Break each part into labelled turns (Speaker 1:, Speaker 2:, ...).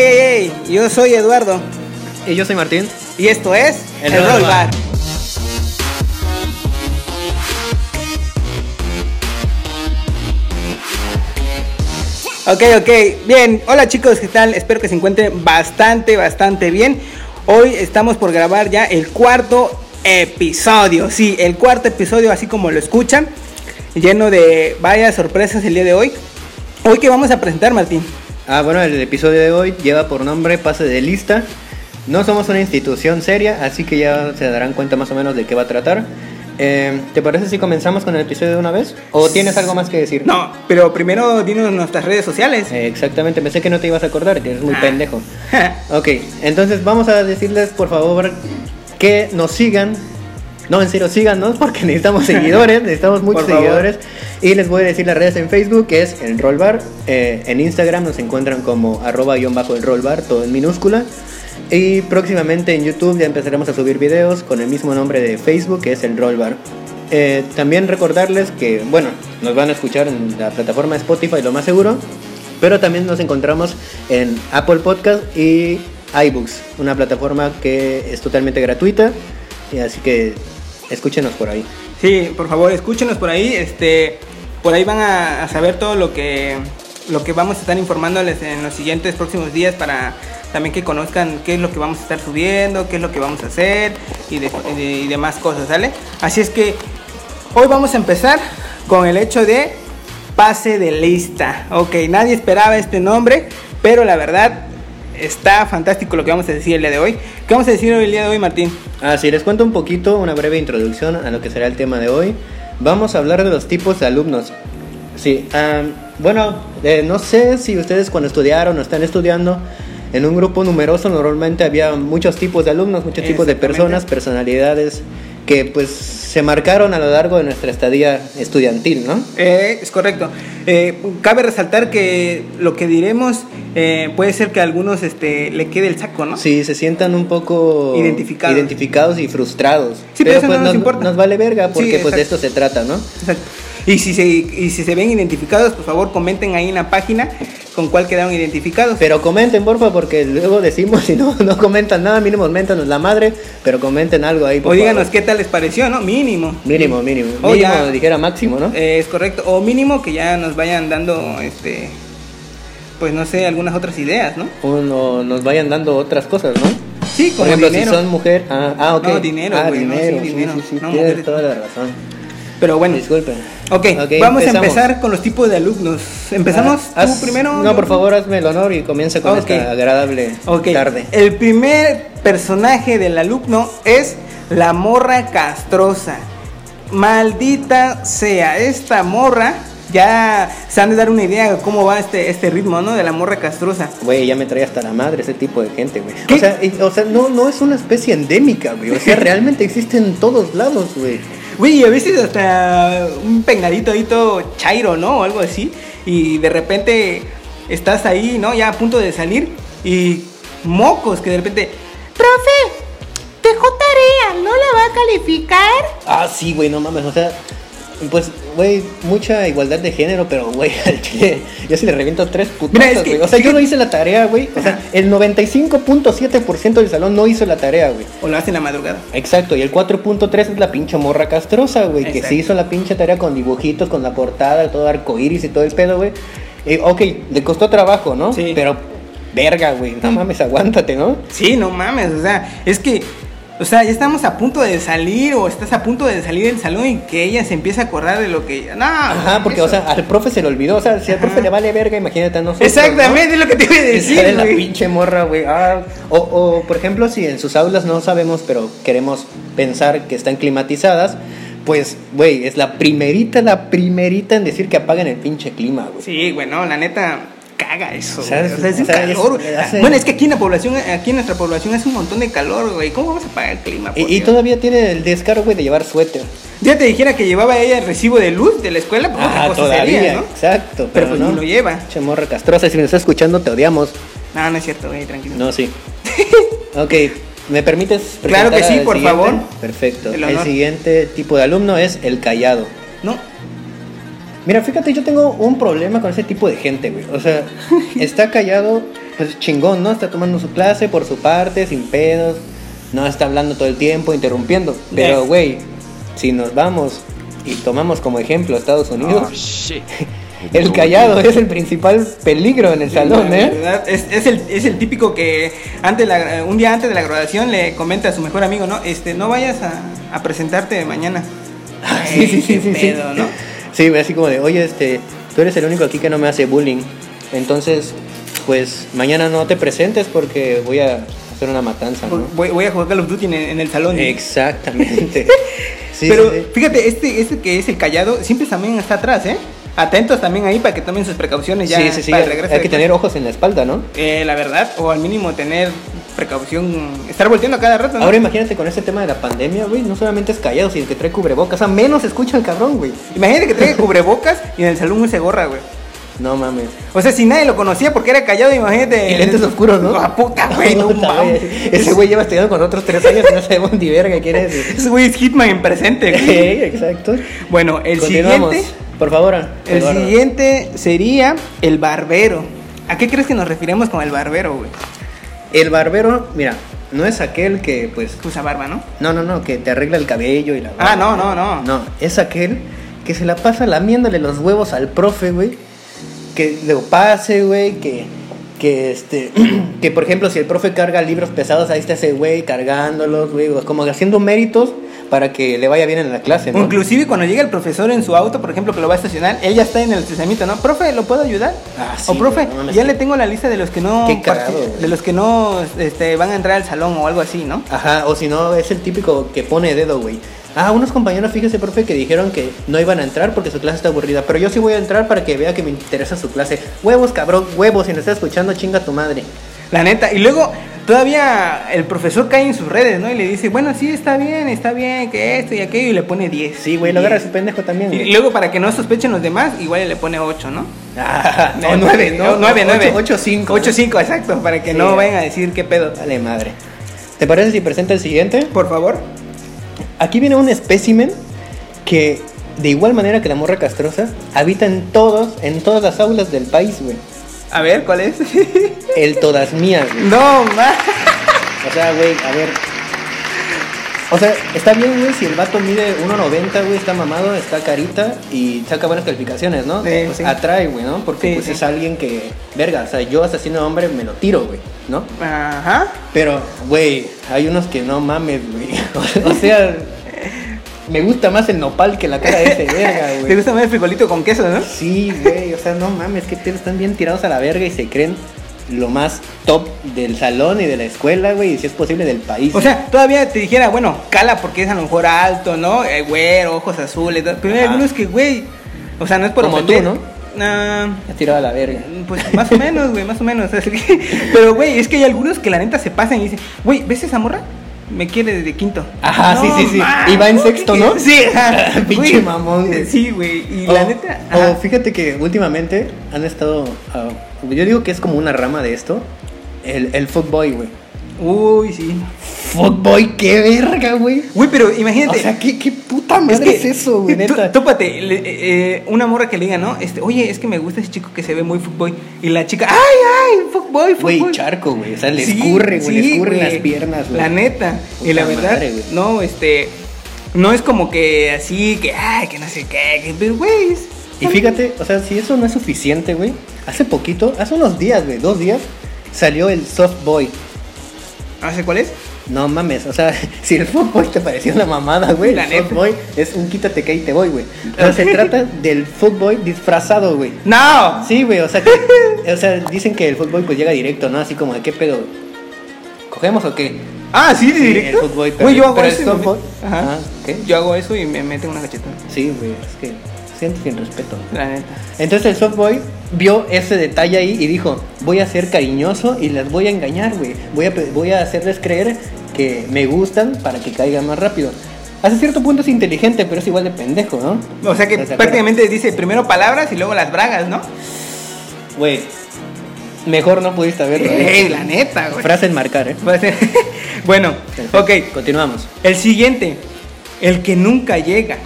Speaker 1: Hey, yo soy Eduardo
Speaker 2: Y Eh, yo soy Martín.
Speaker 1: y esto es
Speaker 2: El Roll Bar.
Speaker 1: Ok, ok, bien. Hola chicos, ¿qué tal? Espero que se encuentren bastante, bastante bien. Hoy estamos por grabar ya el cuarto episodio. Sí, el cuarto episodio, así como lo escuchan, lleno de varias sorpresas el día de hoy. Hoy que vamos a presentar, Martín.
Speaker 2: Ah, bueno, el episodio de hoy lleva por nombre Pase de Lista. No somos una institución seria, así que ya se darán cuenta más o menos de qué va a tratar. Eh, ¿Te parece si comenzamos con el episodio de una vez? ¿O tienes algo más que decir?
Speaker 1: No, pero primero dinos nuestras redes sociales.
Speaker 2: Eh, exactamente, pensé que no te ibas a acordar, que eres
Speaker 1: Ah.
Speaker 2: muy pendejo. Ok, entonces vamos a decirles por favor que nos sigan. No, en serio, síganos porque necesitamos seguidores, necesitamos muchos
Speaker 1: Por favor.
Speaker 2: seguidores. Y les voy a decir las redes en Facebook, que es el Rollbar. Eh, en Instagram nos encuentran como arroba guión bajo el Rollbar, todo en minúscula. Y próximamente en YouTube ya empezaremos a subir videos con el mismo nombre de Facebook, que es el Rollbar. Eh, también recordarles que, bueno, nos van a escuchar en la plataforma Spotify, lo más seguro. Pero también nos encontramos en Apple Podcast y iBooks, una plataforma que es totalmente gratuita. y Así que escúchenos por ahí.
Speaker 1: Sí, por favor, escúchenos por ahí. Este, por ahí van a, a saber todo lo que, lo que vamos a estar informándoles en los siguientes próximos días para también que conozcan qué es lo que vamos a estar subiendo, qué es lo que vamos a hacer y, de- y de- y demás cosas, ¿sale? Así es que hoy vamos a empezar con el hecho de pase de lista. Ok, nadie esperaba este nombre, pero la verdad está fantástico lo que vamos a decir el día de hoy. ¿Qué vamos a decir hoy el día de hoy, Martín?
Speaker 2: Así Ah, les cuento un poquito, una breve introducción a lo que será el tema de hoy. Vamos a hablar de los tipos de alumnos. Sí, am, bueno, eh, no sé si ustedes cuando estudiaron o están estudiando, en un grupo numeroso normalmente había muchos tipos de alumnos, muchos tipos de
Speaker 1: Exactamente.
Speaker 2: personas, personalidades que pues se marcaron a lo largo de nuestra estadía estudiantil, ¿no?
Speaker 1: Eh, es correcto. Eh, cabe resaltar que lo que diremos eh, puede ser que a algunos este, le quede el saco, ¿no?
Speaker 2: Sí, se sientan un poco
Speaker 1: Identificados.
Speaker 2: identificados y frustrados. pues,
Speaker 1: Sí, pero eso no nos
Speaker 2: nos,
Speaker 1: importa.
Speaker 2: nos vale verga
Speaker 1: Sí,
Speaker 2: porque pues de
Speaker 1: exacto.
Speaker 2: esto se trata, ¿no?
Speaker 1: Exacto. Y si, se, y si se ven identificados, por favor comenten ahí en la página con cuál quedaron identificados.
Speaker 2: Pero comenten, porfa, porque luego decimos si no, no comentan nada, mínimo mentanos la madre, pero comenten algo ahí.
Speaker 1: o
Speaker 2: por
Speaker 1: díganos
Speaker 2: favor.
Speaker 1: qué tal les pareció, ¿no? Mínimo.
Speaker 2: Mínimo, mínimo.
Speaker 1: O
Speaker 2: mínimo,
Speaker 1: ya-
Speaker 2: dijera máximo, ¿no?
Speaker 1: Eh, es correcto. O mínimo que ya nos vayan dando, este, pues no sé, algunas otras ideas, ¿no?
Speaker 2: O no- nos vayan dando otras cosas, ¿no?
Speaker 1: Sí, como
Speaker 2: Por ejemplo,
Speaker 1: dinero.
Speaker 2: si son mujer. Ah, ah, ok.
Speaker 1: No, dinero,
Speaker 2: Ah,
Speaker 1: güey, no, sí,
Speaker 2: dinero. sí,
Speaker 1: dinero.
Speaker 2: sí, sí,
Speaker 1: No,
Speaker 2: tienes
Speaker 1: mujeres.
Speaker 2: toda la razón.
Speaker 1: Pero bueno,
Speaker 2: Disculpen.
Speaker 1: ok,
Speaker 2: Ok,
Speaker 1: vamos
Speaker 2: empezamos.
Speaker 1: a empezar con los tipos de alumnos. ¿Empezamos
Speaker 2: Ah,
Speaker 1: tú
Speaker 2: haz-
Speaker 1: primero?
Speaker 2: No, por
Speaker 1: Yo-
Speaker 2: favor, hazme el honor y comienza con
Speaker 1: Ok.
Speaker 2: esta agradable
Speaker 1: Ok,
Speaker 2: tarde.
Speaker 1: El primer personaje del alumno es la morra castrosa. Maldita sea, esta morra. Ya se han de dar una idea de cómo va este, este ritmo, ¿no? De la morra castrosa.
Speaker 2: Güey, ya me trae hasta la madre ese tipo de gente, güey.
Speaker 1: ¿Qué?
Speaker 2: O sea, y- o sea, no, no es una especie endémica, güey. O sea, realmente existe en todos lados, güey.
Speaker 1: Güey, y a veces hasta un peinadito ahí todo chairo, ¿no? O algo así. Y de repente estás ahí, ¿no? Ya a punto de salir. Y mocos que de repente... ¡Profe!
Speaker 3: Dejó tarea, ¿no la va a calificar?
Speaker 2: Ah, sí, güey, no mames, o sea, pues, güey, mucha igualdad de género, pero, güey, al chile, yo sí le reviento tres
Speaker 1: Mira, es
Speaker 2: putazos,
Speaker 1: que-
Speaker 2: güey. O sea, yo no hice la tarea, güey. O sea, el 95.7% del salón no hizo la tarea, güey.
Speaker 1: O lo hacen la madrugada.
Speaker 2: Exacto, y el 4.3 es la pinche morra castrosa, güey, que
Speaker 1: Exacto.
Speaker 2: sí hizo la pinche tarea con dibujitos, con la portada, todo arcoiris y todo el pedo, güey. Eh, ok, le costó trabajo, ¿no?
Speaker 1: Sí.
Speaker 2: Pero, verga, güey, no mames, aguántate, ¿no?
Speaker 1: Sí, no mames, o sea, es que, o sea, ya estamos a punto de salir o estás a punto de salir del salón y que ella se empieza a acordar de lo que... No,
Speaker 2: Ajá, porque, o
Speaker 1: eso.
Speaker 2: sea, al profe se le olvidó, o sea, si al profe le vale verga, imagínate a nosotros. ¿no?
Speaker 1: Exactamente, es lo que te iba a
Speaker 2: Que sale
Speaker 1: decir,
Speaker 2: la
Speaker 1: güey.
Speaker 2: pinche morra, güey. Ah, O, o, por ejemplo, si en sus aulas no sabemos, pero queremos pensar que están climatizadas, pues, güey, es la primerita, la primerita en decir que apagan el pinche clima, güey.
Speaker 1: Sí, güey, no, la neta, caga eso,
Speaker 2: O sea,
Speaker 1: güey, o sea, es
Speaker 2: o
Speaker 1: un
Speaker 2: sea, es-
Speaker 1: calor. güey.
Speaker 2: hace-
Speaker 1: Bueno, es que aquí en la población, aquí en nuestra población hace un montón de calor, güey, ¿cómo vamos a pagar el clima? por
Speaker 2: Y, y
Speaker 1: Dios?
Speaker 2: todavía tiene el descaro, güey, de llevar suéter.
Speaker 1: Ya te dijera que llevaba ella el recibo de luz de la escuela, pues otra cosa sería, ¿no?
Speaker 2: Ah, exacto.
Speaker 1: Pero, pues
Speaker 2: no.
Speaker 1: ni lo lleva.
Speaker 2: Pinche morra castrosa, si me estás escuchando, te odiamos.
Speaker 1: No, no es cierto, güey, tranquilo.
Speaker 2: No, sí. ok, ¿me permites?
Speaker 1: Claro que
Speaker 2: presentar
Speaker 1: sí,
Speaker 2: al
Speaker 1: por
Speaker 2: siguiente?
Speaker 1: favor.
Speaker 2: Perfecto.
Speaker 1: El
Speaker 2: El,
Speaker 1: honor.
Speaker 2: siguiente tipo de alumno es el callado.
Speaker 1: No,
Speaker 2: Mira, fíjate, yo tengo un problema con ese tipo de gente, güey. O sea, está callado pues chingón, ¿no? Está tomando su clase por su parte, sin pedos. No está hablando todo el tiempo, interrumpiendo. Pero,
Speaker 1: Yes.
Speaker 2: güey, si nos vamos y tomamos como ejemplo a Estados
Speaker 4: Oh,
Speaker 2: Unidos,
Speaker 4: shit.
Speaker 2: el callado es el principal peligro en el salón,
Speaker 1: La
Speaker 2: ¿eh?
Speaker 1: verdad, Es, es el, es el típico que antes la- un día antes de la graduación le comenta a su mejor amigo, ¿no? Este, no vayas a, a presentarte mañana.
Speaker 2: Sí, sí, sí,
Speaker 1: Ey,
Speaker 2: sí.
Speaker 1: qué
Speaker 2: Sí,
Speaker 1: pedo, ¿no?
Speaker 2: Sí, así como de, oye, este, tú eres el único aquí que no me hace bullying. Entonces, pues mañana no te presentes porque voy a hacer una matanza, ¿no?
Speaker 1: Voy, voy a jugar Call of Duty en el, en el salón.
Speaker 2: Exactamente. Sí,
Speaker 1: Pero
Speaker 2: sí, sí.
Speaker 1: fíjate, este, este que es el callado, siempre también está atrás, ¿eh? Atentos también ahí para que tomen sus precauciones ya
Speaker 2: sí, sí, sí,
Speaker 1: para
Speaker 2: hay,
Speaker 1: el regreso
Speaker 2: hay
Speaker 1: de
Speaker 2: que
Speaker 1: clase.
Speaker 2: tener ojos en la espalda, ¿no?
Speaker 1: Eh, la verdad, o al mínimo tener precaución, estar volteando a cada rato, ¿no?
Speaker 2: Ahora imagínate con este tema de la pandemia, güey, no solamente es callado, sino que trae cubrebocas, o sea, menos escucha el cabrón, güey.
Speaker 1: Imagínate que traiga cubrebocas y en el salón use gorra, güey.
Speaker 2: No mames.
Speaker 1: O sea, si nadie lo conocía porque era callado, imagínate.
Speaker 2: Y lentes oscuros, ¿no?
Speaker 1: Ah, puta, güey, no
Speaker 2: Eh, Puta,
Speaker 1: mames.
Speaker 2: güey. Ese güey lleva estudiando con otros tres años y no sabemos ni verga quién es.
Speaker 1: Ese güey es Hitman en presente,
Speaker 2: Ey,
Speaker 1: güey.
Speaker 2: exacto.
Speaker 1: Bueno, el
Speaker 2: Eh, Continuamos.
Speaker 1: siguiente.
Speaker 2: Por favor.
Speaker 1: El
Speaker 2: Eduardo.
Speaker 1: siguiente sería el barbero. ¿A qué crees que nos referimos con el barbero, güey?
Speaker 2: El barbero, mira, no es aquel que, pues,
Speaker 1: Que usa barba, ¿no?
Speaker 2: no, no, no, que te arregla el cabello y la.
Speaker 1: Ah, no, no, no.
Speaker 2: No, es aquel que se la pasa lamiéndole los huevos al profe, güey. Que lo pase, güey, que, que este, que por ejemplo, si el profe carga libros pesados, ahí está ese güey cargándolos, güey, o como haciendo méritos para que le vaya bien en la clase, ¿no?
Speaker 1: Inclusive cuando llega el profesor en su auto, por ejemplo, que lo va a estacionar, él ya está en el estacionamiento, ¿no? Profe, ¿lo puedo ayudar?
Speaker 2: Ah, sí,
Speaker 1: o profe,
Speaker 2: no mames,
Speaker 1: ya
Speaker 2: sí.
Speaker 1: le tengo la lista de los que no
Speaker 2: Qué cagado,
Speaker 1: parti-
Speaker 2: güey.
Speaker 1: de los que no este, van a entrar al salón o algo así, ¿no?
Speaker 2: Ajá, o si no, es el típico que pone dedo, güey. Ah, unos compañeros, fíjese, profe, que dijeron que no iban a entrar porque su clase está aburrida. Pero yo sí voy a entrar para que vea que me interesa su clase. Huevos, cabrón, huevos. Si nos está escuchando, chinga tu madre.
Speaker 1: La neta. Y luego todavía el profesor cae en sus redes, ¿no? Y le dice, bueno, sí, está bien, está bien, que esto y aquello, y le pone 10.
Speaker 2: Sí, güey, lo
Speaker 1: Diez.
Speaker 2: agarra su pendejo también,
Speaker 1: Y
Speaker 2: güey.
Speaker 1: luego para que no sospechen los demás, igual le pone 8, ¿no?
Speaker 2: Ah, no, 9, no.
Speaker 1: 9, 9.
Speaker 2: 8, 5.
Speaker 1: 8, 5, exacto, para que
Speaker 2: Sí.
Speaker 1: no vayan a decir qué pedo.
Speaker 2: Dale, madre. ¿Te parece si presenta el siguiente?
Speaker 1: Por favor.
Speaker 2: Aquí viene un espécimen que, de igual manera que la morra castrosa, habita en todos, en todas las aulas del país, güey.
Speaker 1: A ver, ¿cuál es?
Speaker 2: El todas mías, güey.
Speaker 1: no, más.
Speaker 2: O sea, güey, a ver. O sea, está bien, güey, si el vato mide 1.90, güey, está mamado, está carita y saca buenas calificaciones, ¿no?
Speaker 1: Sí,
Speaker 2: Pues
Speaker 1: sí.
Speaker 2: Atrae, güey, ¿no? Porque
Speaker 1: Sí,
Speaker 2: pues
Speaker 1: sí.
Speaker 2: es alguien que, verga, o sea, yo asesino a hombre me lo tiro, güey, ¿no?
Speaker 1: Ajá.
Speaker 2: Pero, güey, hay unos que no mames, güey. O sea, me gusta más el nopal que la cara de ese verga,
Speaker 1: Te
Speaker 2: güey.
Speaker 1: gusta más el frijolito con queso, ¿no?
Speaker 2: Sí, güey, o sea, no mames, que pedo, están bien tirados a la verga y se creen lo más top del salón y de la escuela, güey, y si es posible del país.
Speaker 1: O sea, todavía te dijera, bueno, cala porque es a lo mejor alto, ¿no? Eh, güero, ojos azules. ¿no? Pero hay
Speaker 2: Ajá.
Speaker 1: algunos que, güey, o sea, no es por
Speaker 2: Como tú, ¿no?
Speaker 1: Ah,
Speaker 2: Ya tirado a la verga.
Speaker 1: pues más o menos, güey, más o menos. Así que- pero, güey, es que hay algunos que la neta se pasan y dicen, güey, ¿ves esa morra? Me quiere desde quinto.
Speaker 2: Ajá, sí, sí, sí. Y va en sexto, ¿no?
Speaker 1: Sí, ajá.
Speaker 2: Pinche
Speaker 1: Güey,
Speaker 2: mamón, güey.
Speaker 1: Sí, güey. Y
Speaker 2: O-
Speaker 1: la neta.
Speaker 2: o
Speaker 1: ajá.
Speaker 2: fíjate que últimamente han estado. ah, yo digo que es como una rama de esto. El, el fuckboy, güey.
Speaker 1: Uy, sí.
Speaker 2: Fuckboy, qué verga, güey.
Speaker 1: Güey, pero imagínate.
Speaker 2: O sea, qué, qué puta madre es, eso, güey,
Speaker 1: tú-
Speaker 2: neta.
Speaker 1: Tópate, le- eh, eh, una morra que le diga, ¿no? Este, oye, es que me gusta ese chico que se ve muy fuckboy. Y la chica, ¡ay, ay! Fuckboy, fuckboy.
Speaker 2: Güey, charco, güey. O sea, le
Speaker 1: Sí,
Speaker 2: escurre, güey.
Speaker 1: sí,
Speaker 2: le escurren
Speaker 1: güey.
Speaker 2: las piernas, güey.
Speaker 1: La neta. y la
Speaker 2: Puta
Speaker 1: verdad,
Speaker 2: madre, güey.
Speaker 1: no, este. No es como que así, que, ay, que no sé qué, que, pero, güey. es-
Speaker 2: Y fíjate, o sea, si eso no es suficiente, güey. Hace poquito, hace unos días, güey, dos días, salió el soft boy.
Speaker 1: No sé cuál es.
Speaker 2: No mames, o sea, si el fuckboy te pareció una mamada, güey,
Speaker 1: La
Speaker 2: el
Speaker 1: neta.
Speaker 2: fuckboy es un quítate que ahí te voy, güey. O sea, se trata del fuckboy disfrazado, güey.
Speaker 1: ¡No!
Speaker 2: Sí, güey, o sea, que, o sea, dicen que el fuckboy pues llega directo, ¿no? Así como, ¿de qué pedo? ¿Cogemos o qué?
Speaker 1: Ah, sí, de
Speaker 2: Sí,
Speaker 1: directo.
Speaker 2: el fuckboy, pero-
Speaker 1: Güey, yo hago
Speaker 2: pero
Speaker 1: eso.
Speaker 2: el
Speaker 1: y me-
Speaker 2: softboy.
Speaker 1: Ajá.
Speaker 2: Ah, ¿qué?
Speaker 1: Yo hago eso y me meten una cachetada.
Speaker 2: Sí, güey, es que siento sin respeto.
Speaker 1: La neta.
Speaker 2: Entonces el softboy vio ese detalle ahí y dijo, voy a ser cariñoso y las voy a engañar, güey. Voy a, pe- voy a hacerles creer que me gustan para que caigan más rápido. Hasta cierto punto es inteligente, pero es igual de pendejo, ¿no?
Speaker 1: O sea que
Speaker 2: ¿Estás de acuerdo?
Speaker 1: prácticamente dice primero palabras y luego las bragas, ¿no?
Speaker 2: Güey, mejor no pudiste haberlo.
Speaker 1: Ey,
Speaker 2: hecho.
Speaker 1: la neta, güey.
Speaker 2: Frase en marcar, ¿eh?
Speaker 1: Va a ser- bueno, ok.
Speaker 2: Continuamos.
Speaker 1: El siguiente. El que nunca llega.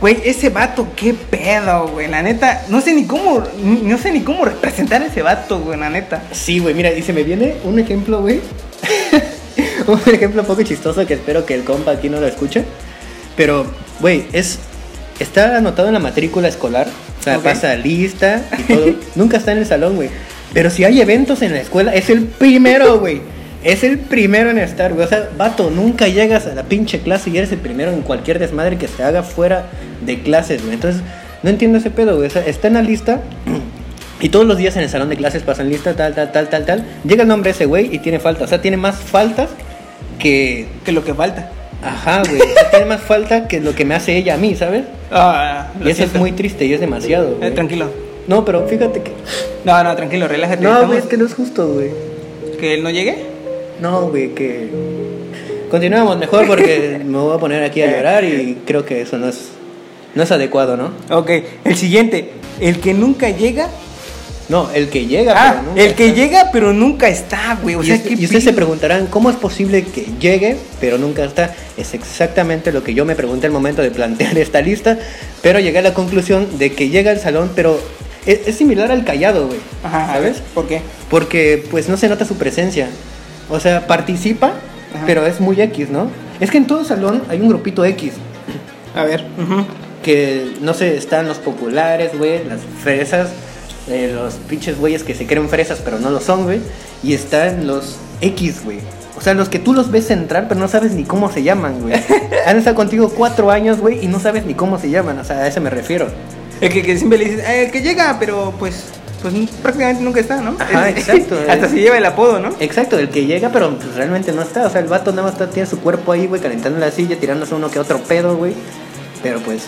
Speaker 1: Güey, ese vato, qué pedo, güey. La neta, no sé ni cómo, ni- no sé ni cómo representar a ese vato, güey, la neta.
Speaker 2: Sí, güey, mira, y se me viene un ejemplo, güey. un ejemplo poco chistoso que espero que el compa aquí no lo escuche. Pero, güey, es. Está anotado en la matrícula escolar. O sea,
Speaker 1: Ok.
Speaker 2: pasa lista y todo. Nunca está en el salón, güey. Pero si hay eventos en la escuela, es el primero, güey. Es el primero en estar, güey. O sea, vato, nunca llegas a la pinche clase y eres el primero en cualquier desmadre que se haga fuera de clases, güey. Entonces, no entiendo ese pedo, güey. O sea, está en la lista, y todos los días en el salón de clases pasan lista, tal, tal, tal, tal, tal. Llega el nombre de ese güey y tiene falta. O sea, tiene más faltas que.
Speaker 1: Que lo que falta.
Speaker 2: Ajá, güey. O sea, tiene más falta que lo que me hace ella a mí, ¿sabes?
Speaker 1: Ah, lo
Speaker 2: Y eso es
Speaker 1: siento.
Speaker 2: muy triste y es demasiado.
Speaker 1: Eh,
Speaker 2: güey.
Speaker 1: tranquilo.
Speaker 2: No, pero fíjate que.
Speaker 1: No, no, tranquilo, relájate.
Speaker 2: No,
Speaker 1: Estamos-
Speaker 2: güey, es que no es justo, güey.
Speaker 1: Que él no llegue.
Speaker 2: No, güey, que. Continuamos mejor porque me voy a poner aquí a llorar y creo que eso no es. No es adecuado, ¿no?
Speaker 1: Ok, el siguiente. El que nunca llega.
Speaker 2: No, el que llega.
Speaker 1: ah,
Speaker 2: pero nunca
Speaker 1: el que
Speaker 2: está.
Speaker 1: llega, pero nunca está, güey. O
Speaker 2: Y
Speaker 1: sea,
Speaker 2: usted-
Speaker 1: qué
Speaker 2: y ustedes se
Speaker 1: pedo.
Speaker 2: preguntarán, ¿cómo es posible que llegue, pero nunca está? Es exactamente lo que yo me pregunté al momento de plantear esta lista, pero llegué a la conclusión de que llega al salón, pero es, es similar al callado, güey.
Speaker 1: Ajá,
Speaker 2: ¿Sabes?
Speaker 1: ¿Por qué?
Speaker 2: Porque pues no se nota su presencia. O sea, participa,
Speaker 1: Ajá.
Speaker 2: pero es muy X, ¿no? Es que en todo salón hay un grupito X,
Speaker 1: A ver. ujú.
Speaker 2: que no sé, están los populares, güey, las fresas, eh, los pinches güeyes que se creen fresas pero no lo son, güey, y están los X, güey. O sea, los que tú los ves entrar pero no sabes ni cómo se llaman, güey. Han estado contigo cuatro años, güey, y no sabes ni cómo se llaman, o sea, a eso me refiero.
Speaker 1: El que, que siempre le dices, "Ah, el que llega, pero pues, pues n- prácticamente nunca está, ¿no?
Speaker 2: Ajá,
Speaker 1: Es-
Speaker 2: exacto,
Speaker 1: Hasta
Speaker 2: eh.
Speaker 1: se lleva el apodo, ¿no?
Speaker 2: Exacto, el que llega pero pues, realmente no está, o sea, el vato nada más está, tiene su cuerpo ahí, güey, calentando la silla, tirándose uno que otro pedo, güey, pero pues...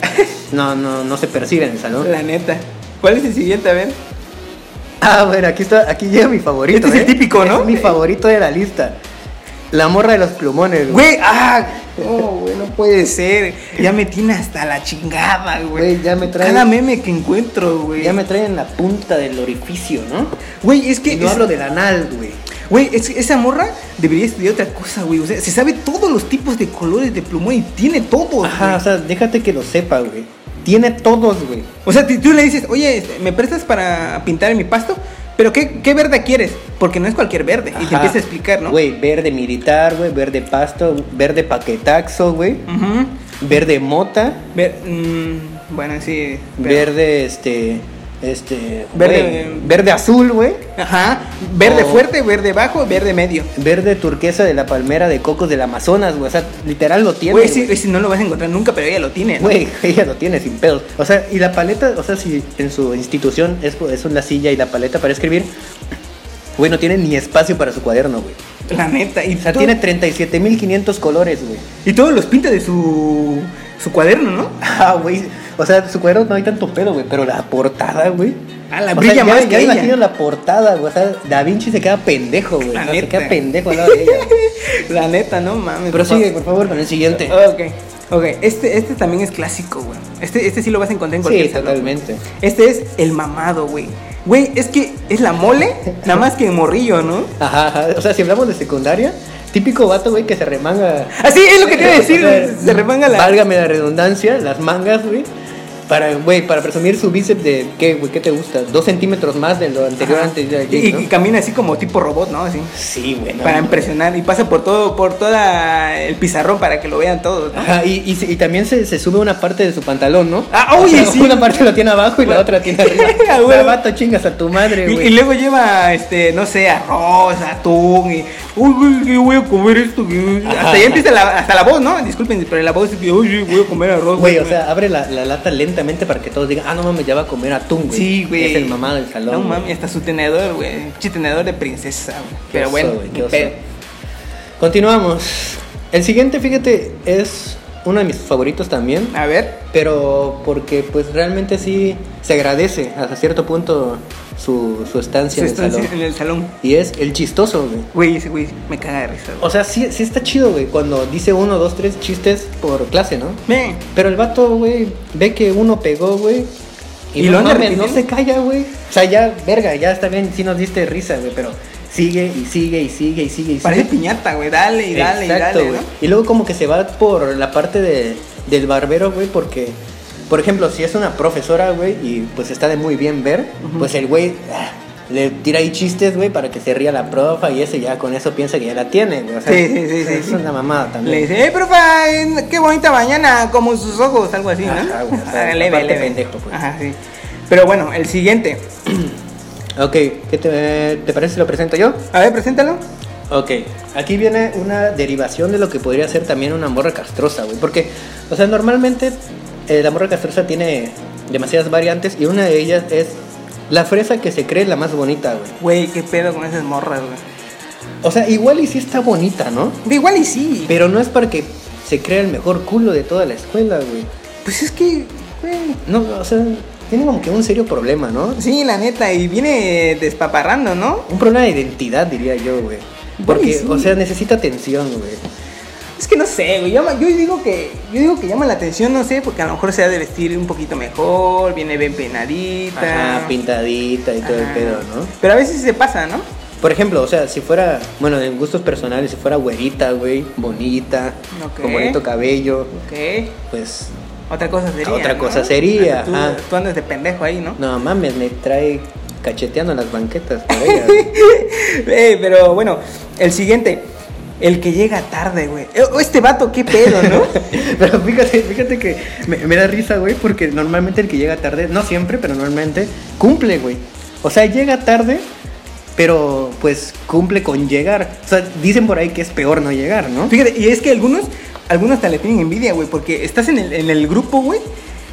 Speaker 2: No, no, no se percibe en el salón.
Speaker 1: La neta. ¿Cuál es el siguiente? A ver.
Speaker 2: Ah, bueno, aquí está, aquí llega mi favorito.
Speaker 1: Este es el
Speaker 2: ¿eh?
Speaker 1: típico, ¿no?
Speaker 2: Es mi favorito de la lista. La morra de los plumones, güey.
Speaker 1: Güey, ah, oh, güey, no puede ser. Ya me tiene hasta la chingada, güey.
Speaker 2: Güey, ya me trae-
Speaker 1: Cada meme que encuentro, güey.
Speaker 2: Ya me traen la punta del orificio, ¿no?
Speaker 1: Güey, es
Speaker 2: Y
Speaker 1: que.
Speaker 2: no
Speaker 1: es-
Speaker 2: hablo del anal, güey.
Speaker 1: Güey, es- esa morra debería estudiar otra cosa, güey. O sea, se sabe todos los tipos de colores de plumón y tiene todos.
Speaker 2: Ajá, o
Speaker 1: güey.
Speaker 2: sea, déjate que lo sepa, güey. Tiene todos, güey.
Speaker 1: O sea, si tú le dices, oye, este, ¿me prestas para pintar en mi pasto? Pero qué, qué verde quieres? Porque no es cualquier verde. Y te
Speaker 2: Ajá.
Speaker 1: empieza a explicar, ¿no?
Speaker 2: Güey, verde militar, güey, verde pasto, verde paquetaxo, güey,
Speaker 1: Ujú.
Speaker 2: verde mota,
Speaker 1: Ver- mm, bueno, sí. pero-
Speaker 2: verde este, este,
Speaker 1: Verde- eh,
Speaker 2: güey, verde azul, güey,
Speaker 1: Ajá. Verde
Speaker 2: O-
Speaker 1: fuerte, verde bajo, verde medio.
Speaker 2: verde turquesa de la palmera de cocos del Amazonas, güey, o sea, literal lo tiene.
Speaker 1: Güey,
Speaker 2: güey.
Speaker 1: sí, sí, no lo vas a encontrar nunca, pero ella lo tiene. ¿no?
Speaker 2: Güey, ella lo tiene sin pedos. O sea, y la paleta, o sea, si en su institución es, es una silla y la paleta para escribir, güey, no tiene ni espacio para su cuaderno, güey.
Speaker 1: La neta. Y,
Speaker 2: O sea,
Speaker 1: todo-
Speaker 2: tiene 37.500 colores, güey.
Speaker 1: y todos los pinta de su, su cuaderno, ¿no?
Speaker 2: Ah, güey. O sea, su cuaderno no hay tanto pedo, güey, pero la portada, güey.
Speaker 1: Ah, la
Speaker 2: O sea,
Speaker 1: brilla
Speaker 2: ya-
Speaker 1: más
Speaker 2: ya
Speaker 1: que ella.
Speaker 2: imagino la portada, güey. O sea, Da Vinci se queda pendejo, güey.
Speaker 1: La
Speaker 2: O sea, se
Speaker 1: neta.
Speaker 2: queda pendejo al lado de ella. güey.
Speaker 1: La neta, no mames.
Speaker 2: Pero
Speaker 1: papá.
Speaker 2: sigue, por favor, con el siguiente.
Speaker 1: Ok, ok. Este, este también es clásico, güey. Este, este sí lo vas a encontrar en cualquier
Speaker 2: Sí,
Speaker 1: salón.
Speaker 2: totalmente.
Speaker 1: Este es el mamado, güey. Güey, es que es la mole, nada más que en morrillo, ¿no?
Speaker 2: Ajá, ajá. O sea, si hablamos de secundaria, típico vato, güey, que se remanga.
Speaker 1: Así es lo que te iba a decir.
Speaker 2: O sea,
Speaker 1: se remanga la.
Speaker 2: Válgame la redundancia, las mangas, güey. Para, güey, para presumir su bíceps de, ¿qué, güey? ¿Qué te gusta? Dos centímetros más de lo anterior
Speaker 1: Ajá.
Speaker 2: antes de
Speaker 1: y,
Speaker 2: ayer, ¿no?
Speaker 1: y camina así como tipo robot, ¿no? Así.
Speaker 2: Sí, güey. no,
Speaker 1: para
Speaker 2: no.
Speaker 1: impresionar. Y pasa por todo, por toda el pizarrón para que lo vean todos, ¿no?
Speaker 2: Ajá, y, y se- y también se, se sube una parte de su pantalón, ¿no?
Speaker 1: Ah, oye, sí.
Speaker 2: Una parte lo tiene abajo y la
Speaker 1: Güey.
Speaker 2: otra tiene arriba.
Speaker 1: Ah,
Speaker 2: o
Speaker 1: güey.
Speaker 2: sea, vato, chingas a tu madre,
Speaker 1: Y,
Speaker 2: güey.
Speaker 1: y luego lleva, este, no sé, arroz, atún y... Uy, güey, ¿qué voy a comer esto? ¿Qué?
Speaker 2: Ajá.
Speaker 1: Hasta ya empieza la, hasta la voz, ¿no? Disculpen, pero la voz es que, uy, voy a comer arroz.
Speaker 2: Güey, o sea, abre la, la lata lentamente para que todos digan, ah, no mames, ya va a comer atún, güey.
Speaker 1: Sí, güey.
Speaker 2: Es el mamá del salón.
Speaker 1: No
Speaker 2: güey.
Speaker 1: mames, hasta su tenedor, güey. Pinche tenedor de princesa, güey.
Speaker 2: Qué
Speaker 1: Pero
Speaker 2: oso,
Speaker 1: bueno,
Speaker 2: güey, qué
Speaker 1: qué
Speaker 2: oso.
Speaker 1: pedo.
Speaker 2: Continuamos. El siguiente, fíjate, es uno de mis favoritos también.
Speaker 1: A ver.
Speaker 2: Pero porque pues realmente sí se agradece hasta cierto punto su, su
Speaker 1: su
Speaker 2: estancia en el
Speaker 1: estancia
Speaker 2: salón.
Speaker 1: en el salón.
Speaker 2: Y es el chistoso, güey.
Speaker 1: Güey, ese güey me caga de risa, güey.
Speaker 2: O sea, sí, sí está chido, güey, cuando dice uno, dos, tres chistes por clase, ¿no?
Speaker 1: Ven.
Speaker 2: Pero el vato, güey, ve que uno pegó, güey.
Speaker 1: Y
Speaker 2: no
Speaker 1: lo anda
Speaker 2: mames, no
Speaker 1: repitiendo.
Speaker 2: se calla, güey. O sea, ya, verga, ya está bien, sí nos diste risa, güey, pero sigue y sigue y sigue y sigue y
Speaker 1: Parece
Speaker 2: sigue.
Speaker 1: piñata, güey. Dale y dale
Speaker 2: Exacto,
Speaker 1: y dale,
Speaker 2: güey.
Speaker 1: ¿no?
Speaker 2: Y luego como que se va por la parte de, del barbero, güey, porque, por ejemplo, si es una profesora, güey, y pues está de muy bien ver, pues el güey ah, le tira ahí chistes, güey, para que se ría la profa y ese ya con eso piensa que ya la tiene, güey. O sea,
Speaker 1: Sí, sí, sí,
Speaker 2: o sea,
Speaker 1: sí,
Speaker 2: es
Speaker 1: sí.
Speaker 2: una mamada
Speaker 1: Le
Speaker 2: también.
Speaker 1: dice, eh, profa, eh, qué bonita mañana, como sus ojos, algo así, ¿no?
Speaker 2: Ajá, güey, o sea,
Speaker 1: Ah, leve,
Speaker 2: aparte
Speaker 1: leve.
Speaker 2: pendejo, pues.
Speaker 1: Ajá, sí. Pero bueno, el siguiente.
Speaker 2: Ok, ¿qué te, te parece si lo presento yo?
Speaker 1: A ver, preséntalo.
Speaker 2: Ok, aquí viene una derivación de lo que podría ser también una morra castrosa, güey. Porque, o sea, normalmente eh, la morra castrosa tiene demasiadas variantes y una de ellas es la fresa que se cree la más bonita, güey.
Speaker 1: Güey, qué pedo con esas morras, güey.
Speaker 2: O sea, igual y sí está bonita, ¿no?
Speaker 1: De igual y sí.
Speaker 2: Pero no es para que se crea el mejor culo de toda la escuela, güey.
Speaker 1: Pues es que, güey.
Speaker 2: No, o sea, tiene como que un serio problema, ¿no?
Speaker 1: Sí, la neta, y viene despaparrando, ¿no?
Speaker 2: Un problema de identidad, diría yo, güey. Porque,
Speaker 1: Güey, sí.
Speaker 2: o sea, necesita atención, güey.
Speaker 1: Es que no sé, güey. llama- Yo digo que yo digo que llama la atención, no sé, porque a lo mejor se ha de vestir un poquito mejor, viene bien peinadita.
Speaker 2: Ajá, pintadita y todo el
Speaker 1: Ajá.
Speaker 2: pedo, ¿no?
Speaker 1: Pero a veces se pasa, ¿no?
Speaker 2: Por ejemplo, o sea, si fuera, bueno, en gustos personales, si fuera güerita, güey, bonita,
Speaker 1: Ok.
Speaker 2: con bonito cabello,
Speaker 1: Ok.
Speaker 2: pues,
Speaker 1: Otra cosa sería.
Speaker 2: Otra
Speaker 1: ¿no?
Speaker 2: cosa sería,
Speaker 1: Tú,
Speaker 2: ajá.
Speaker 1: tú andas de pendejo ahí, ¿no?
Speaker 2: no mames, me trae cacheteando en las banquetas. por ella, güey.
Speaker 1: Eh, pero bueno, el siguiente. El que llega tarde, güey. Eh, oh, Este vato, qué pedo, ¿no?
Speaker 2: pero fíjate, fíjate que me, me da risa, güey, porque normalmente el que llega tarde, no siempre, pero normalmente cumple, güey. O sea, llega tarde, pero pues cumple con llegar. O sea, dicen por ahí que es peor no llegar, ¿no?
Speaker 1: Fíjate, y es que algunos, algunos hasta le tienen envidia, güey, porque estás en el, en el grupo, güey.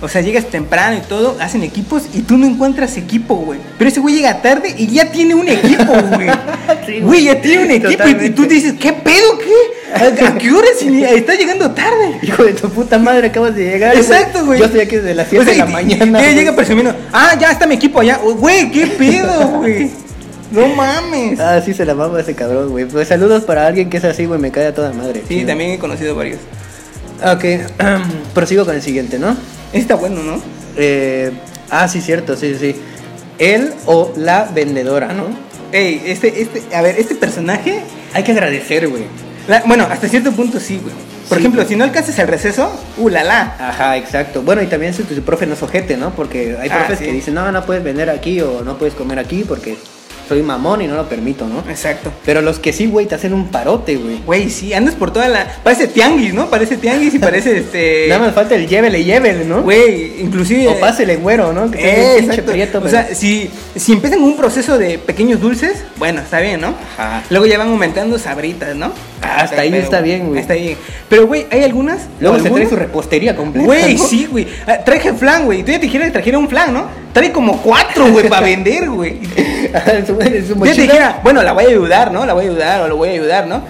Speaker 1: O sea, llegas temprano y todo, hacen equipos y tú no encuentras equipo, güey. Pero ese güey llega tarde y ya tiene un equipo, güey.
Speaker 2: Sí, güey.
Speaker 1: Güey, ya tiene un equipo y- y, tú
Speaker 2: Totalmente.
Speaker 1: dices, ¿qué pedo, qué? ¿A, a qué hora si ni- está llegando tarde?
Speaker 2: Hijo de tu puta madre, acabas de llegar. güey.
Speaker 1: Exacto, güey.
Speaker 2: Yo estoy aquí desde las 7
Speaker 1: O sea,
Speaker 2: de la
Speaker 1: y- y-
Speaker 2: mañana.
Speaker 1: y
Speaker 2: güey.
Speaker 1: llega presumiendo, ah, ya está mi equipo allá. Oh, Güey, qué pedo, güey. No mames.
Speaker 2: Ah, sí, se la mama ese cabrón, güey. Pues saludos para alguien que es así, güey, me cae a toda madre.
Speaker 1: Sí, también he conocido varios.
Speaker 2: Ok, prosigo con el siguiente, ¿no?
Speaker 1: Este está bueno, ¿no?
Speaker 2: Eh, ah, sí, cierto, sí, sí. Él o la vendedora, Ah, ¿no?
Speaker 1: Ey, este, este, a ver, este personaje
Speaker 2: Hay que agradecer, güey.
Speaker 1: La- bueno, hasta cierto punto sí, güey. Por
Speaker 2: Sí,
Speaker 1: ejemplo,
Speaker 2: güey.
Speaker 1: si no alcanzas el receso, uh, la la.
Speaker 2: Ajá, exacto. Bueno, y también si tu profe no es ojete, ¿no? Porque hay
Speaker 1: Ah,
Speaker 2: profes
Speaker 1: sí.
Speaker 2: que dicen, no, no puedes vender aquí o no puedes comer aquí porque soy mamón y no lo permito, ¿no?
Speaker 1: Exacto.
Speaker 2: Pero los que sí, güey, te hacen un parote, güey.
Speaker 1: Güey, sí, andas por toda la. Parece tianguis, ¿no? Parece tianguis y parece este.
Speaker 2: Nada más falta el llévele, llévele, ¿no?
Speaker 1: Güey, inclusive.
Speaker 2: O pásele, güero, ¿no? Que
Speaker 1: Eh,
Speaker 2: tenga un pinche
Speaker 1: exacto.
Speaker 2: prieto,
Speaker 1: o
Speaker 2: pero-
Speaker 1: sea, si, si empiezan un proceso de pequeños dulces, bueno, está bien, ¿no?
Speaker 2: Ajá.
Speaker 1: Luego ya van aumentando sabritas, ¿no?
Speaker 2: Ah, hasta ahí
Speaker 1: Pero,
Speaker 2: está bien, güey.
Speaker 1: Está bien. Pero, güey, hay algunas.
Speaker 2: Luego
Speaker 1: o
Speaker 2: se trae
Speaker 1: algunos-
Speaker 2: su repostería completa.
Speaker 1: Güey,
Speaker 2: ¿no?
Speaker 1: sí, güey. Ah, Traje flan, güey. Tú ya te dijeras que trajera un flan, ¿no? Trae como cuatro, güey, para vender, güey.
Speaker 2: en su, en
Speaker 1: Yo te
Speaker 2: su mochila.
Speaker 1: dijera, bueno, la voy a ayudar, ¿no? La voy a ayudar o lo voy a ayudar, ¿no?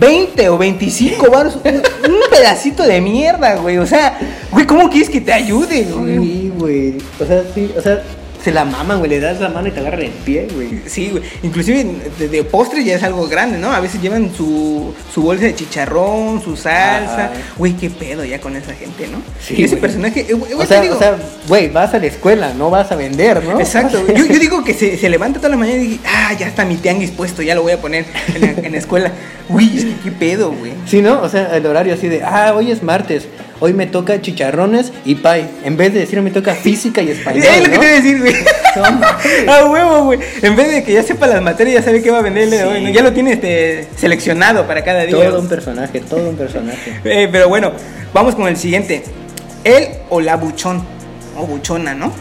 Speaker 1: 20 o 25 baros, un, un pedacito de mierda, güey. O sea, güey, ¿cómo quieres que te ayude, güey?
Speaker 2: Sí, güey. O sea, sí, o sea, se la maman, güey. Le das la mano y te agarran el pie, güey.
Speaker 1: Sí, güey. Inclusive de, de postres ya es algo grande, ¿no? A veces llevan su, su bolsa de chicharrón, su salsa.
Speaker 2: Ajá.
Speaker 1: Güey, qué pedo ya con esa gente, ¿no?
Speaker 2: Sí,
Speaker 1: Ese
Speaker 2: güey.
Speaker 1: personaje, eh, güey,
Speaker 2: O
Speaker 1: güey, te
Speaker 2: sea,
Speaker 1: digo-
Speaker 2: o sea, güey, vas a la escuela, no vas a vender, ¿no?
Speaker 1: Exacto, güey. yo, yo digo que se, se levanta toda la mañana y dice, ah, ya está mi tianguis puesto, ya lo voy a poner en la, en la escuela. Güey, es que qué pedo, güey.
Speaker 2: Sí, ¿no? O sea, el horario así de, ah, hoy es martes, hoy me toca chicharrones y pay. En vez de decir, me toca física y español.
Speaker 1: Es lo que
Speaker 2: ¿no?
Speaker 1: te iba a decir, güey.
Speaker 2: No mames.
Speaker 1: A huevo, güey. En vez de que ya sepa las materias, ya sabe qué va a venderle
Speaker 2: Sí.
Speaker 1: hoy. ¿no? Ya lo tiene este, seleccionado para cada día.
Speaker 2: Todo un personaje, todo un personaje.
Speaker 1: Eh, pero bueno, vamos con el siguiente. El o la buchón. O buchona, ¿no?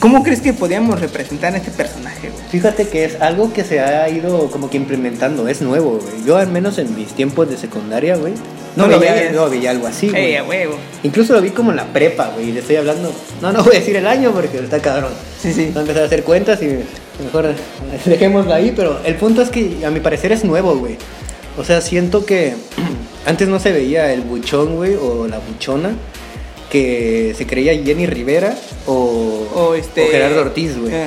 Speaker 1: ¿Cómo crees que podíamos representar a este personaje, güey?
Speaker 2: Fíjate que es algo que se ha ido como que implementando, es nuevo, güey. Yo al menos en mis tiempos de secundaria, güey, no,
Speaker 1: No lo
Speaker 2: veía,
Speaker 1: veías.
Speaker 2: no veía algo así, güey.
Speaker 1: Ey, Eh, a huevo.
Speaker 2: Incluso lo vi como en la prepa, güey, y le estoy hablando. No, no voy a decir el año porque está cabrón.
Speaker 1: Sí, sí.
Speaker 2: No empezar a hacer cuentas y mejor dejémoslo ahí, pero el punto es que a mi parecer es nuevo, güey. O sea, siento que antes no se veía el buchón, güey, o la buchona, que se creía Jenny Rivera o,
Speaker 1: O este.
Speaker 2: o Gerardo Ortiz, güey.
Speaker 1: eh,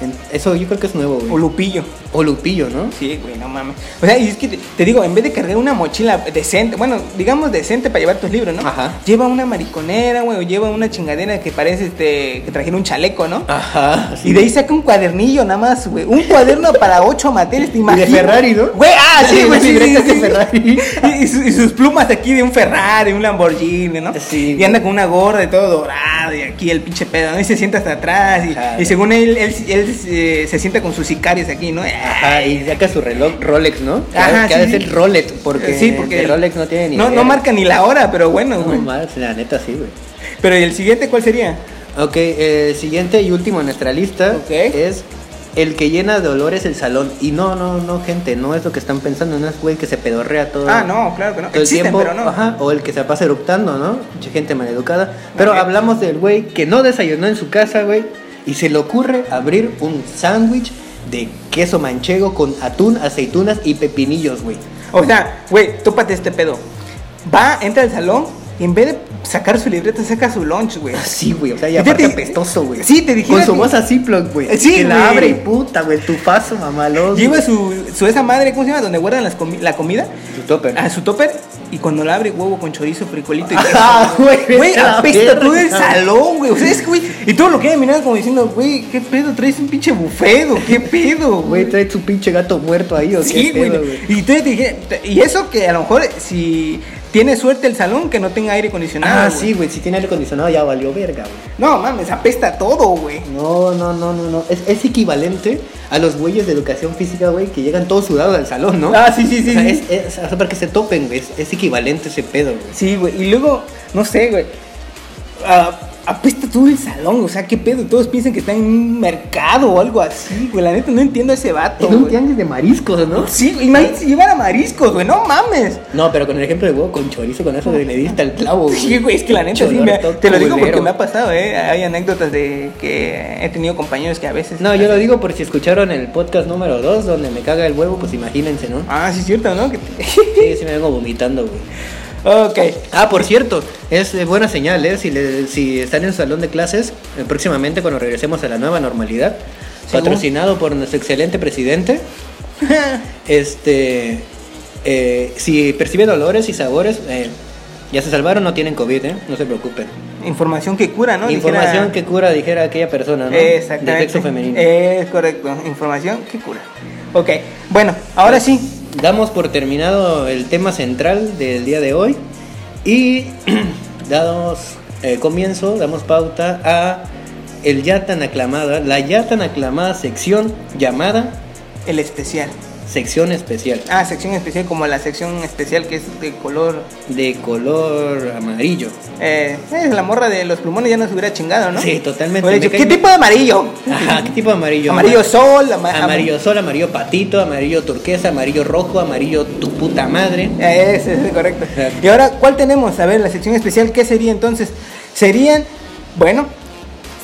Speaker 2: En- Eso yo creo que es nuevo,
Speaker 1: O
Speaker 2: güey.
Speaker 1: Lupillo.
Speaker 2: O Lupillo, ¿no?
Speaker 1: Sí, güey, no mames. O sea, y es que te, te digo, en vez de cargar una mochila decente, bueno, digamos decente para llevar tus libros, ¿no?
Speaker 2: Ajá.
Speaker 1: Lleva una mariconera, güey, o lleva una chingadera que parece este, que trajera un chaleco, ¿no?
Speaker 2: Ah. Ajá.
Speaker 1: Y de ahí saca un cuadernillo nada más, güey. Un cuaderno para ocho materias, te imaginas.
Speaker 2: Ferrari, ¿no?
Speaker 1: Güey, ah, sí, güey.
Speaker 2: Las
Speaker 1: sí, sí,
Speaker 2: libretas de
Speaker 1: sí.
Speaker 2: Ferrari.
Speaker 1: Y, y su- y sus plumas aquí de un Ferrari, un Lamborghini, ¿no?
Speaker 2: Sí.
Speaker 1: Y anda con una gorra de todo dorado y aquí el pinche pedo, ¿no? Y se sienta hasta atrás y,
Speaker 2: Ajá.
Speaker 1: y según él, él, él, eh, se sienta con sus sicarios aquí, ¿no?
Speaker 2: Ajá, y saca su reloj Rolex, ¿no? Que ha-
Speaker 1: Ajá,
Speaker 2: Que ha de
Speaker 1: sí,
Speaker 2: ser
Speaker 1: sí.
Speaker 2: Rolex, porque,
Speaker 1: Sí, porque
Speaker 2: de Rolex no tiene ni
Speaker 1: No,
Speaker 2: idea.
Speaker 1: no marca ni la hora, pero bueno,
Speaker 2: No,
Speaker 1: güey.
Speaker 2: mal, la neta sí, güey.
Speaker 1: Pero ¿y el siguiente cuál sería?
Speaker 2: Ok, eh, siguiente y último en nuestra lista
Speaker 1: Ok.
Speaker 2: es el que llena de olores el salón. Y no, no, no, gente, no es lo que están pensando, no es güey que se pedorrea todo.
Speaker 1: Ah, no, claro que no.
Speaker 2: todo el
Speaker 1: Existen,
Speaker 2: tiempo,
Speaker 1: pero no.
Speaker 2: ajá, o el que se pasa eruptando, ¿no? Mucha gente maleducada. Pero
Speaker 1: Ajá.
Speaker 2: hablamos del güey que no desayunó en su casa, güey, y se le ocurre abrir un sándwich de queso manchego con atún, aceitunas y pepinillos, güey.
Speaker 1: O sea, güey, tópate este pedo. Va, entra al salón y en vez de sacar su libreta, saca su lunch, güey.
Speaker 2: Así, güey, o sea, ya
Speaker 1: Ya te-
Speaker 2: aparte apestoso, güey.
Speaker 1: Sí, te
Speaker 2: Con
Speaker 1: dijeron
Speaker 2: su
Speaker 1: que-
Speaker 2: voz así, güey.
Speaker 1: Sí,
Speaker 2: que la
Speaker 1: güey.
Speaker 2: abre y puta, güey, tu paso, mamalón.
Speaker 1: Lleva
Speaker 2: güey.
Speaker 1: su, su esa madre, ¿cómo se llama? Donde guardan las comi- la comida.
Speaker 2: Su topper.
Speaker 1: A su topper. Y cuando la abre, huevo con chorizo, frijolito y queso.
Speaker 2: Ah, güey,
Speaker 1: Güey,
Speaker 2: vete a la
Speaker 1: apesta todo el
Speaker 2: verga.
Speaker 1: salón, güey. O sea, es que, güey. Y todo lo que mirar como diciendo, güey, ¿qué pedo? ¿Traes un pinche bufedo? ¿Qué pedo,
Speaker 2: Güey, trae tu pinche gato muerto ahí, ¿o qué
Speaker 1: Sí, güey.
Speaker 2: pedo, güey?
Speaker 1: Y te dije, y eso que a lo mejor si tiene suerte el salón que no tenga aire acondicionado.
Speaker 2: Ah,
Speaker 1: güey.
Speaker 2: sí, güey, si tiene aire acondicionado ya valió verga, güey.
Speaker 1: No mames, apesta todo, güey.
Speaker 2: No, no, no, no, no. Es, es equivalente a los güeyes de educación física, güey, que llegan todos sudados al salón, ¿no?
Speaker 1: Ah, sí, sí, sí,
Speaker 2: O sea,
Speaker 1: sí.
Speaker 2: es, es- o sea, para que se topen, güey. Es, es equivalente ese pedo, güey.
Speaker 1: Sí, güey. Y luego, no sé, güey. ah, apesta todo el salón, o sea, qué pedo. Todos piensan que está en un mercado o algo así, güey. La neta no entiendo a ese vato,
Speaker 2: Es un
Speaker 1: güey.
Speaker 2: tianguis de mariscos, ¿no?
Speaker 1: Sí, güey, imagínate si llevara mariscos, güey, no mames.
Speaker 2: No, pero con el ejemplo de huevo con chorizo, con eso de le diste al clavo, güey.
Speaker 1: Sí, güey, es que la neta
Speaker 2: Pinche
Speaker 1: sí,
Speaker 2: olor
Speaker 1: me-
Speaker 2: todo
Speaker 1: te lo digo porque
Speaker 2: culero.
Speaker 1: me ha pasado, eh. Hay anécdotas de que he tenido compañeros que a veces.
Speaker 2: No, yo lo digo por si escucharon el podcast número 2, donde me caga el huevo, pues imagínense, ¿no?
Speaker 1: Ah, sí, es cierto, ¿no? Que te-
Speaker 2: Sí, sí me vengo vomitando, güey.
Speaker 1: Ok.
Speaker 2: Ah, por cierto, es eh, buena señal, ¿eh? Si, le- si están en su salón de clases, eh, próximamente cuando regresemos a la nueva normalidad,
Speaker 1: Según.
Speaker 2: patrocinado por nuestro excelente presidente, este, eh, si perciben olores y sabores, eh, ya se salvaron, no tienen COVID, ¿eh? No se preocupen.
Speaker 1: Información que cura, ¿no? Dijera-
Speaker 2: Información que cura, dijera aquella persona, ¿no?
Speaker 1: Exactamente. Eh,
Speaker 2: De sexo femenino.
Speaker 1: Es correcto. Información que cura. Ok. Bueno, ahora sí.
Speaker 2: Damos por terminado el tema central del día de hoy y damos eh, comienzo, damos pauta a el ya tan aclamada, la ya tan aclamada sección llamada
Speaker 1: El especial.
Speaker 2: sección especial
Speaker 1: Ah, sección especial, como la sección especial que es de color.
Speaker 2: de color amarillo.
Speaker 1: Eh, eh, la morra de los plumones ya nos hubiera chingado, ¿no?
Speaker 2: Sí, totalmente.
Speaker 1: Hubiera
Speaker 2: Me
Speaker 1: dicho,
Speaker 2: cae-
Speaker 1: ¿Qué tipo de amarillo?
Speaker 2: Ajá, ¿qué tipo de amarillo?
Speaker 1: amarillo sol, ama- ama-
Speaker 2: Amarillo sol, amarillo patito, amarillo turquesa, amarillo rojo, amarillo tu puta madre.
Speaker 1: Eh, Ese es correcto.
Speaker 2: Exacto.
Speaker 1: Y ahora, ¿cuál tenemos? A ver, la sección especial, ¿qué sería entonces? Serían, bueno,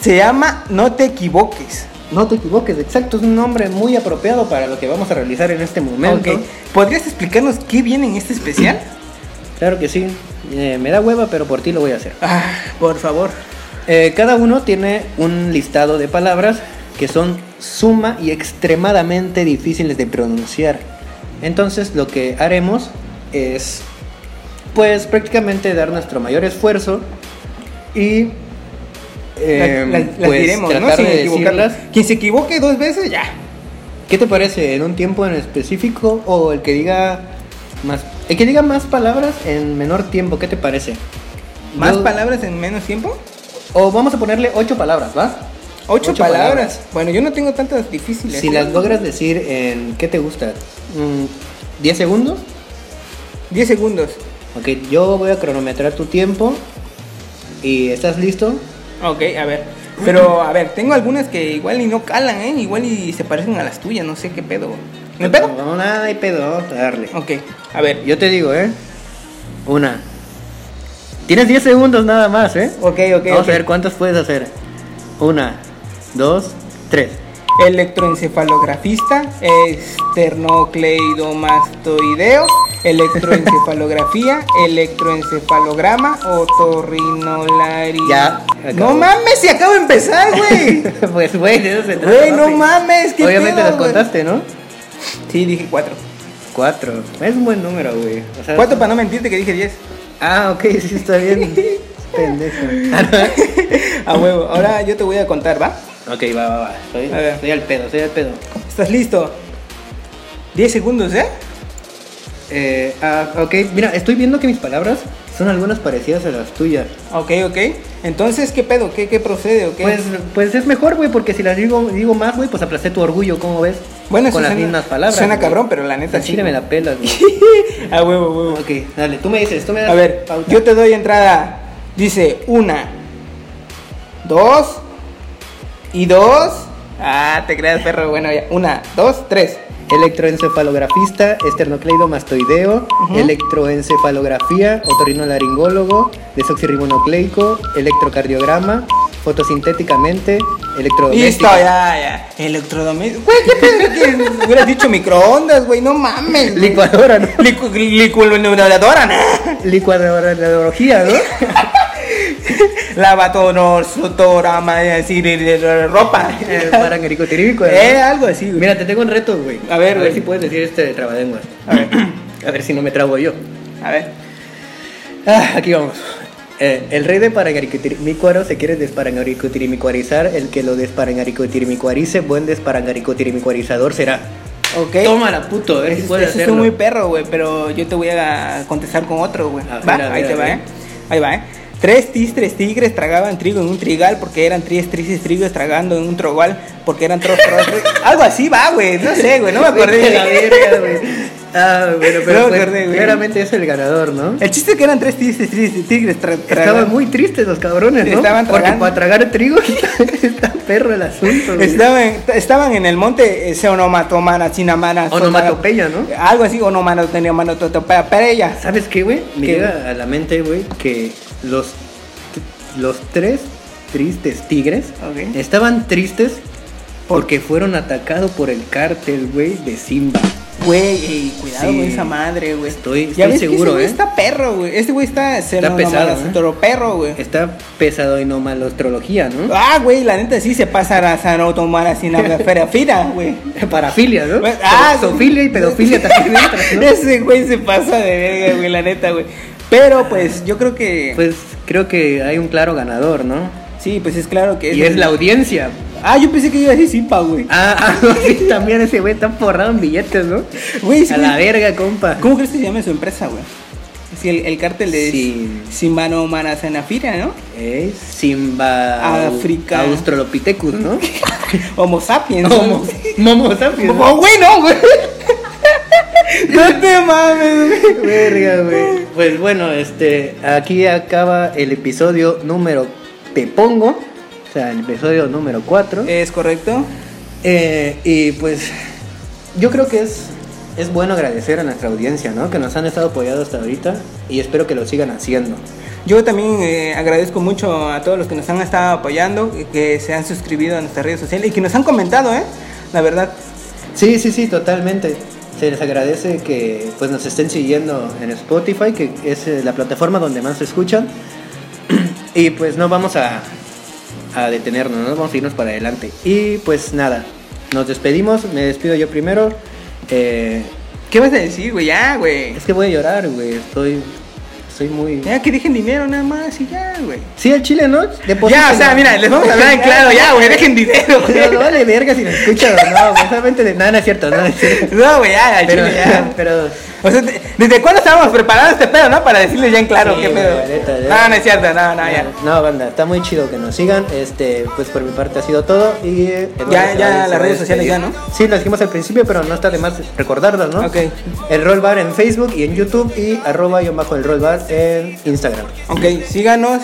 Speaker 1: se llama No te equivoques.
Speaker 2: No te equivoques, exacto, es un nombre muy apropiado para lo que vamos a realizar en este momento.
Speaker 1: Ok. ¿Podrías explicarnos qué viene en este especial?
Speaker 2: Claro que sí. Eh, me da hueva, pero por ti lo voy a hacer.
Speaker 1: Ah, por favor.
Speaker 2: Eh, cada uno tiene un listado de palabras que son suma y extremadamente difíciles de pronunciar. Entonces lo que haremos es, pues prácticamente dar nuestro mayor esfuerzo y eh,
Speaker 1: La- la- las
Speaker 2: pues,
Speaker 1: diremos, ¿no?
Speaker 2: tratar
Speaker 1: Sin
Speaker 2: de
Speaker 1: equivocarlas.
Speaker 2: decirlas.
Speaker 1: Quien se equivoque dos veces, ya.
Speaker 2: ¿Qué te parece? ¿En un tiempo en específico o el que diga más, el que diga más palabras en menor tiempo? ¿Qué te parece?
Speaker 1: Más
Speaker 2: Yo-
Speaker 1: palabras en menos tiempo.
Speaker 2: O vamos a ponerle ocho palabras, ¿va?
Speaker 1: Ocho,
Speaker 2: Ocho
Speaker 1: palabras.
Speaker 2: palabras.
Speaker 1: Bueno, yo no tengo tantas difíciles.
Speaker 2: Si
Speaker 1: ¿eh?
Speaker 2: las logras decir en... ¿Qué te gusta? Mm, ¿10 segundos?
Speaker 1: Diez segundos.
Speaker 2: Ok, yo voy a cronometrar tu tiempo. ¿Y estás listo?
Speaker 1: Ok, a ver. Pero, a ver, tengo algunas que igual y no calan, ¿eh? Igual y se parecen a las tuyas, no sé qué pedo. ¿No hay pedo?
Speaker 2: No, nada hay pedo, vamos a darle.
Speaker 1: Ok, a ver.
Speaker 2: Yo te digo, ¿eh? Una. Tienes 10 segundos nada más, ¿eh?
Speaker 1: Ok, ok.
Speaker 2: vamos
Speaker 1: ok.
Speaker 2: a ver cuántas puedes hacer. Una, dos, tres.
Speaker 1: Electroencefalografista, esternocleidomastoideo, electroencefalografía, electroencefalograma, otorrinolaringología.
Speaker 2: Ya, acabó.
Speaker 1: No mames, si acabo de empezar, güey.
Speaker 2: pues, güey, de eso se trata,
Speaker 1: Güey, no
Speaker 2: papi.
Speaker 1: mames, qué
Speaker 2: Obviamente
Speaker 1: pedo,
Speaker 2: las
Speaker 1: güey.
Speaker 2: contaste, ¿no?
Speaker 1: Sí, dije cuatro.
Speaker 2: Cuatro. Es un buen número, güey. O sea,
Speaker 1: Cuatro para no mentirte que dije diez.
Speaker 2: Ah, ok, sí, está bien. Pendejo.
Speaker 1: Ah, A huevo. Ahora yo te voy a contar, ¿va?
Speaker 2: ok, va, va, va. Soy,
Speaker 1: A ver.
Speaker 2: soy al pedo, soy al pedo.
Speaker 1: ¿Estás listo? 10 segundos, ¿eh?
Speaker 2: Eh, ah, ok, mira, estoy viendo que mis palabras son algunas parecidas a las tuyas.
Speaker 1: Ok, ok. Entonces, ¿qué pedo? ¿Qué, qué procede? ¿O qué?
Speaker 2: Pues, pues es mejor, güey, porque si las digo, digo más, güey, pues aplacé tu orgullo, ¿cómo ves?
Speaker 1: Bueno, eso
Speaker 2: Con las
Speaker 1: suena-
Speaker 2: mismas palabras.
Speaker 1: suena
Speaker 2: güey.
Speaker 1: cabrón, pero la neta
Speaker 2: Al
Speaker 1: sí,
Speaker 2: chile me
Speaker 1: güey.
Speaker 2: la pelas, güey.
Speaker 1: A huevo, a huevo.
Speaker 2: ok, dale, tú me dices, tú me das
Speaker 1: A ver,
Speaker 2: pauta.
Speaker 1: yo te doy entrada. Dice una, dos y dos. Ah, te creas, perro. Bueno, ya. Una, dos, tres.
Speaker 2: Electroencefalografista, esternocleidomastoideo,
Speaker 1: Ujú.
Speaker 2: electroencefalografía, otorrinolaringólogo, desoxirribonucleico, electrocardiograma, fotosintéticamente,
Speaker 1: Listo,
Speaker 2: electrodoméstica.
Speaker 1: ya, ya. Electrodoméstico. Güey, qué pedo que hubieras dicho microondas, güey. No mames. güey.
Speaker 2: Licuadora, ¿no?
Speaker 1: Licu licuadora, ¿no?
Speaker 2: Licuadorología, ¿no?
Speaker 1: Lavatono, sotora, madre, así, eh, de, de- de ropa.
Speaker 2: Eh, Para Angaricotiríbico, ¿no?
Speaker 1: Eh, algo así, güey.
Speaker 2: Mira, te tengo un reto, güey.
Speaker 1: A ver, güey.
Speaker 2: si puedes decir este trabalenguas.
Speaker 1: A ver,
Speaker 2: A ver si no me trago yo.
Speaker 1: a ver.
Speaker 2: Ah, aquí vamos. Eh, el rey de Parangaricutirimícuaro se quiere desparangaricutirimícuarizar. El que lo desparangaricutirimícuarice, buen desparangaricutirimícuarizador será.
Speaker 1: Ok.
Speaker 2: Tómala, puto, a ver si
Speaker 1: Eso
Speaker 2: puedes
Speaker 1: Este, es
Speaker 2: hacerlo.
Speaker 1: muy perro, güey, pero yo te voy a contestar con otro, güey.
Speaker 2: A
Speaker 1: Va,
Speaker 2: ver, a
Speaker 1: ahí
Speaker 2: ver,
Speaker 1: te
Speaker 2: a
Speaker 1: va,
Speaker 2: ver.
Speaker 1: ¿eh? Ahí va, ¿eh? Tres tis, tres tigres tragaban trigo en un trigal porque eran tres tristes trigos tragando en un trogal porque eran tros, tros, tros. Algo así va, güey. No sé, güey, no me
Speaker 2: Vete a la
Speaker 1: acordé.
Speaker 2: verga, güey. Ah, bueno, pero
Speaker 1: No me
Speaker 2: pues,
Speaker 1: acordé, güey.
Speaker 2: claramente es el ganador, ¿no?
Speaker 1: El chiste es que eran tres tristes tristes tigres tra-
Speaker 2: Estaban
Speaker 1: tragaban-
Speaker 2: muy tristes los cabrones, ¿no?
Speaker 1: Estaban
Speaker 2: Porque
Speaker 1: tragando.
Speaker 2: para tragar trigo está perro el asunto, güey.
Speaker 1: Estaban, estaban en el monte, eh, ese onomatomana, chinamana,
Speaker 2: Onomatopeya, ¿no?
Speaker 1: Algo así, onomatopeya, onomatopeya, para ella.
Speaker 2: ¿Sabes qué, güey? Me
Speaker 1: ¿Qué,
Speaker 2: llega a la mente, güey, que los, los tres tristes tigres
Speaker 1: Ok.
Speaker 2: estaban tristes porque fueron atacados por el cártel, güey, de Simba.
Speaker 1: Güey, ey, cuidado
Speaker 2: Sí.
Speaker 1: con esa madre, güey.
Speaker 2: Estoy-
Speaker 1: Ya
Speaker 2: estoy
Speaker 1: ves que
Speaker 2: seguro,
Speaker 1: ese güey
Speaker 2: ¿eh?
Speaker 1: está perro, güey. Este güey está,
Speaker 2: Está pesado, ¿eh?
Speaker 1: toro perro, güey.
Speaker 2: Está pesado y no malostrología, ¿no?
Speaker 1: Ah, güey, la neta sí se pasa a razar o tomar así en la feria fina, güey.
Speaker 2: Parafilia, ¿no?
Speaker 1: Ah,
Speaker 2: Sofilia y pedofilia también entran, ¿no?
Speaker 1: Ese güey se pasa de verga, güey, la neta, güey. Pero pues yo creo que
Speaker 2: Pues creo que hay un claro ganador, ¿no?
Speaker 1: sí, pues es claro que
Speaker 2: Y es la audiencia.
Speaker 1: Ah, yo pensé que iba a decir simpa, güey.
Speaker 2: Ah, ah, sí, también ese güey está forrado en billetes, ¿no?
Speaker 1: Güey, sí,
Speaker 2: A la
Speaker 1: güey.
Speaker 2: verga, compa.
Speaker 1: ¿Cómo crees que se llama su empresa, güey? Sí, el, el cártel de
Speaker 2: Sí.
Speaker 1: Simano Manasanafira, ¿no?
Speaker 2: Es Simba
Speaker 1: África.
Speaker 2: Australopithecus, ¿no?
Speaker 1: Homo sapiens. ¿no?
Speaker 2: Momo, Momo sapiens.
Speaker 1: Oh, güey, no, güey. No te mames, güey.
Speaker 2: Verga, güey. Pues bueno, este, aquí acaba el episodio número Te pongo. O sea, el episodio número 4.
Speaker 1: Es correcto.
Speaker 2: y pues yo creo que es, es bueno agradecer a nuestra audiencia, ¿no? Que nos han estado apoyando hasta ahorita y espero que lo sigan haciendo.
Speaker 1: Yo también eh, agradezco mucho a todos los que nos han estado apoyando, y que se han suscribido a nuestras redes sociales y que nos han comentado, ¿eh? La verdad.
Speaker 2: Sí, sí, sí, totalmente. Se les agradece que pues nos estén siguiendo en Spotify, que es eh, la plataforma donde más se escuchan. y pues no vamos a, a detenernos, ¿no? vamos a irnos para adelante. Y pues nada, nos despedimos, me despido yo primero. Eh,
Speaker 1: ¿Qué vas a decir, güey? Ya, güey.
Speaker 2: es que voy a llorar, güey, estoy, estoy muy...
Speaker 1: Ya que dejen dinero nada más y ya, güey.
Speaker 2: Sí, el chile, Pues ¿no?
Speaker 1: Ya, o sea, mira, les vamos a hablar en claro, ya, güey, dejen dinero. güey.
Speaker 2: No, no vale verga si nos escuchan o no, güey, solamente de nada, no es cierto, no es cierto.
Speaker 1: No, güey, ya, al
Speaker 2: Pero,
Speaker 1: chile, ya.
Speaker 2: pero
Speaker 1: O sea, te- ¿desde cuándo estábamos preparando este pedo, no? Para decirles ya en claro
Speaker 2: Sí,
Speaker 1: qué
Speaker 2: güey,
Speaker 1: pedo.
Speaker 2: la neta, ya.
Speaker 1: no, no es cierto, no, no, ya.
Speaker 2: No, banda, está muy chido que nos sigan. Este, pues por mi parte ha sido todo. Y eh, Eduardo
Speaker 1: Ya-
Speaker 2: se
Speaker 1: ya
Speaker 2: va a- se
Speaker 1: las
Speaker 2: va a
Speaker 1: redes sociales ya,
Speaker 2: despedir. Sí, las dijimos al principio, pero no está de más recordarlas, ¿no?
Speaker 1: Ok.
Speaker 2: El Roll Bar en Facebook y en YouTube y arroba yo bajo el Roll Bar en Instagram.
Speaker 1: Ok, síganos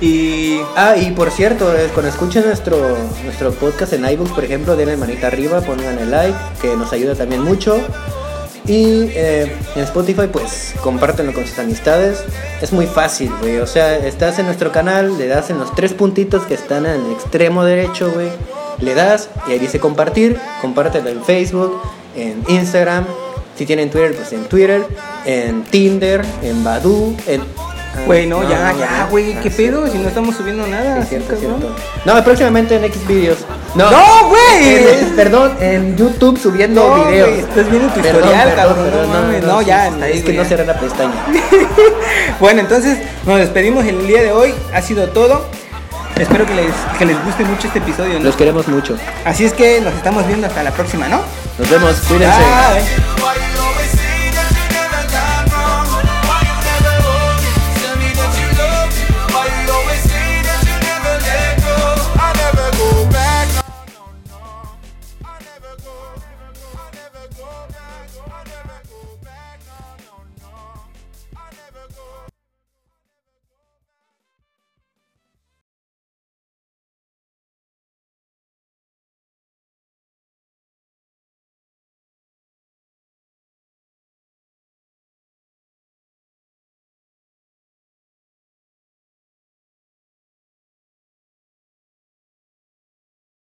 Speaker 1: y
Speaker 2: Ah, y por cierto, eh, cuando escuchen nuestro, nuestro podcast en iBooks, por ejemplo, denle manita arriba, pongan el like, que nos ayuda también mucho. Y eh, en Spotify, pues compártanlo con sus amistades. Es muy fácil, güey. O sea, estás en nuestro canal, le das en los tres puntitos que están en el extremo derecho, güey. Le das y ahí dice compartir. Compártelo en Facebook, en Instagram. Si tienen Twitter, pues en Twitter, en Tinder, en Badoo, en... ah,
Speaker 1: Güey, no, ya,
Speaker 2: no,
Speaker 1: ya,
Speaker 2: no.
Speaker 1: güey,
Speaker 2: Ah,
Speaker 1: ¿qué
Speaker 2: sí,
Speaker 1: pedo? Si no estamos subiendo nada.
Speaker 2: sí, cierto,
Speaker 1: cabrón.
Speaker 2: cierto. No, próximamente en X videos. No,
Speaker 1: ¡No, güey!
Speaker 2: En- perdón, en YouTube subiendo
Speaker 1: No,
Speaker 2: videos.
Speaker 1: güey, estás viendo tu
Speaker 2: Perdón,
Speaker 1: historial,
Speaker 2: perdón,
Speaker 1: cabrón, no
Speaker 2: perdón,
Speaker 1: mames, no,
Speaker 2: sí,
Speaker 1: ya,
Speaker 2: sí,
Speaker 1: ahí,
Speaker 2: Es que
Speaker 1: güey,
Speaker 2: no
Speaker 1: ya.
Speaker 2: cerré la pestaña.
Speaker 1: Bueno, entonces nos despedimos el día de hoy. Ha sido todo. Espero que les, que les guste mucho este episodio. ¿no?
Speaker 2: Los queremos mucho.
Speaker 1: Así es que nos estamos viendo hasta la próxima, ¿no?
Speaker 2: Nos vemos, cuídense.
Speaker 1: Bye.
Speaker 4: Why you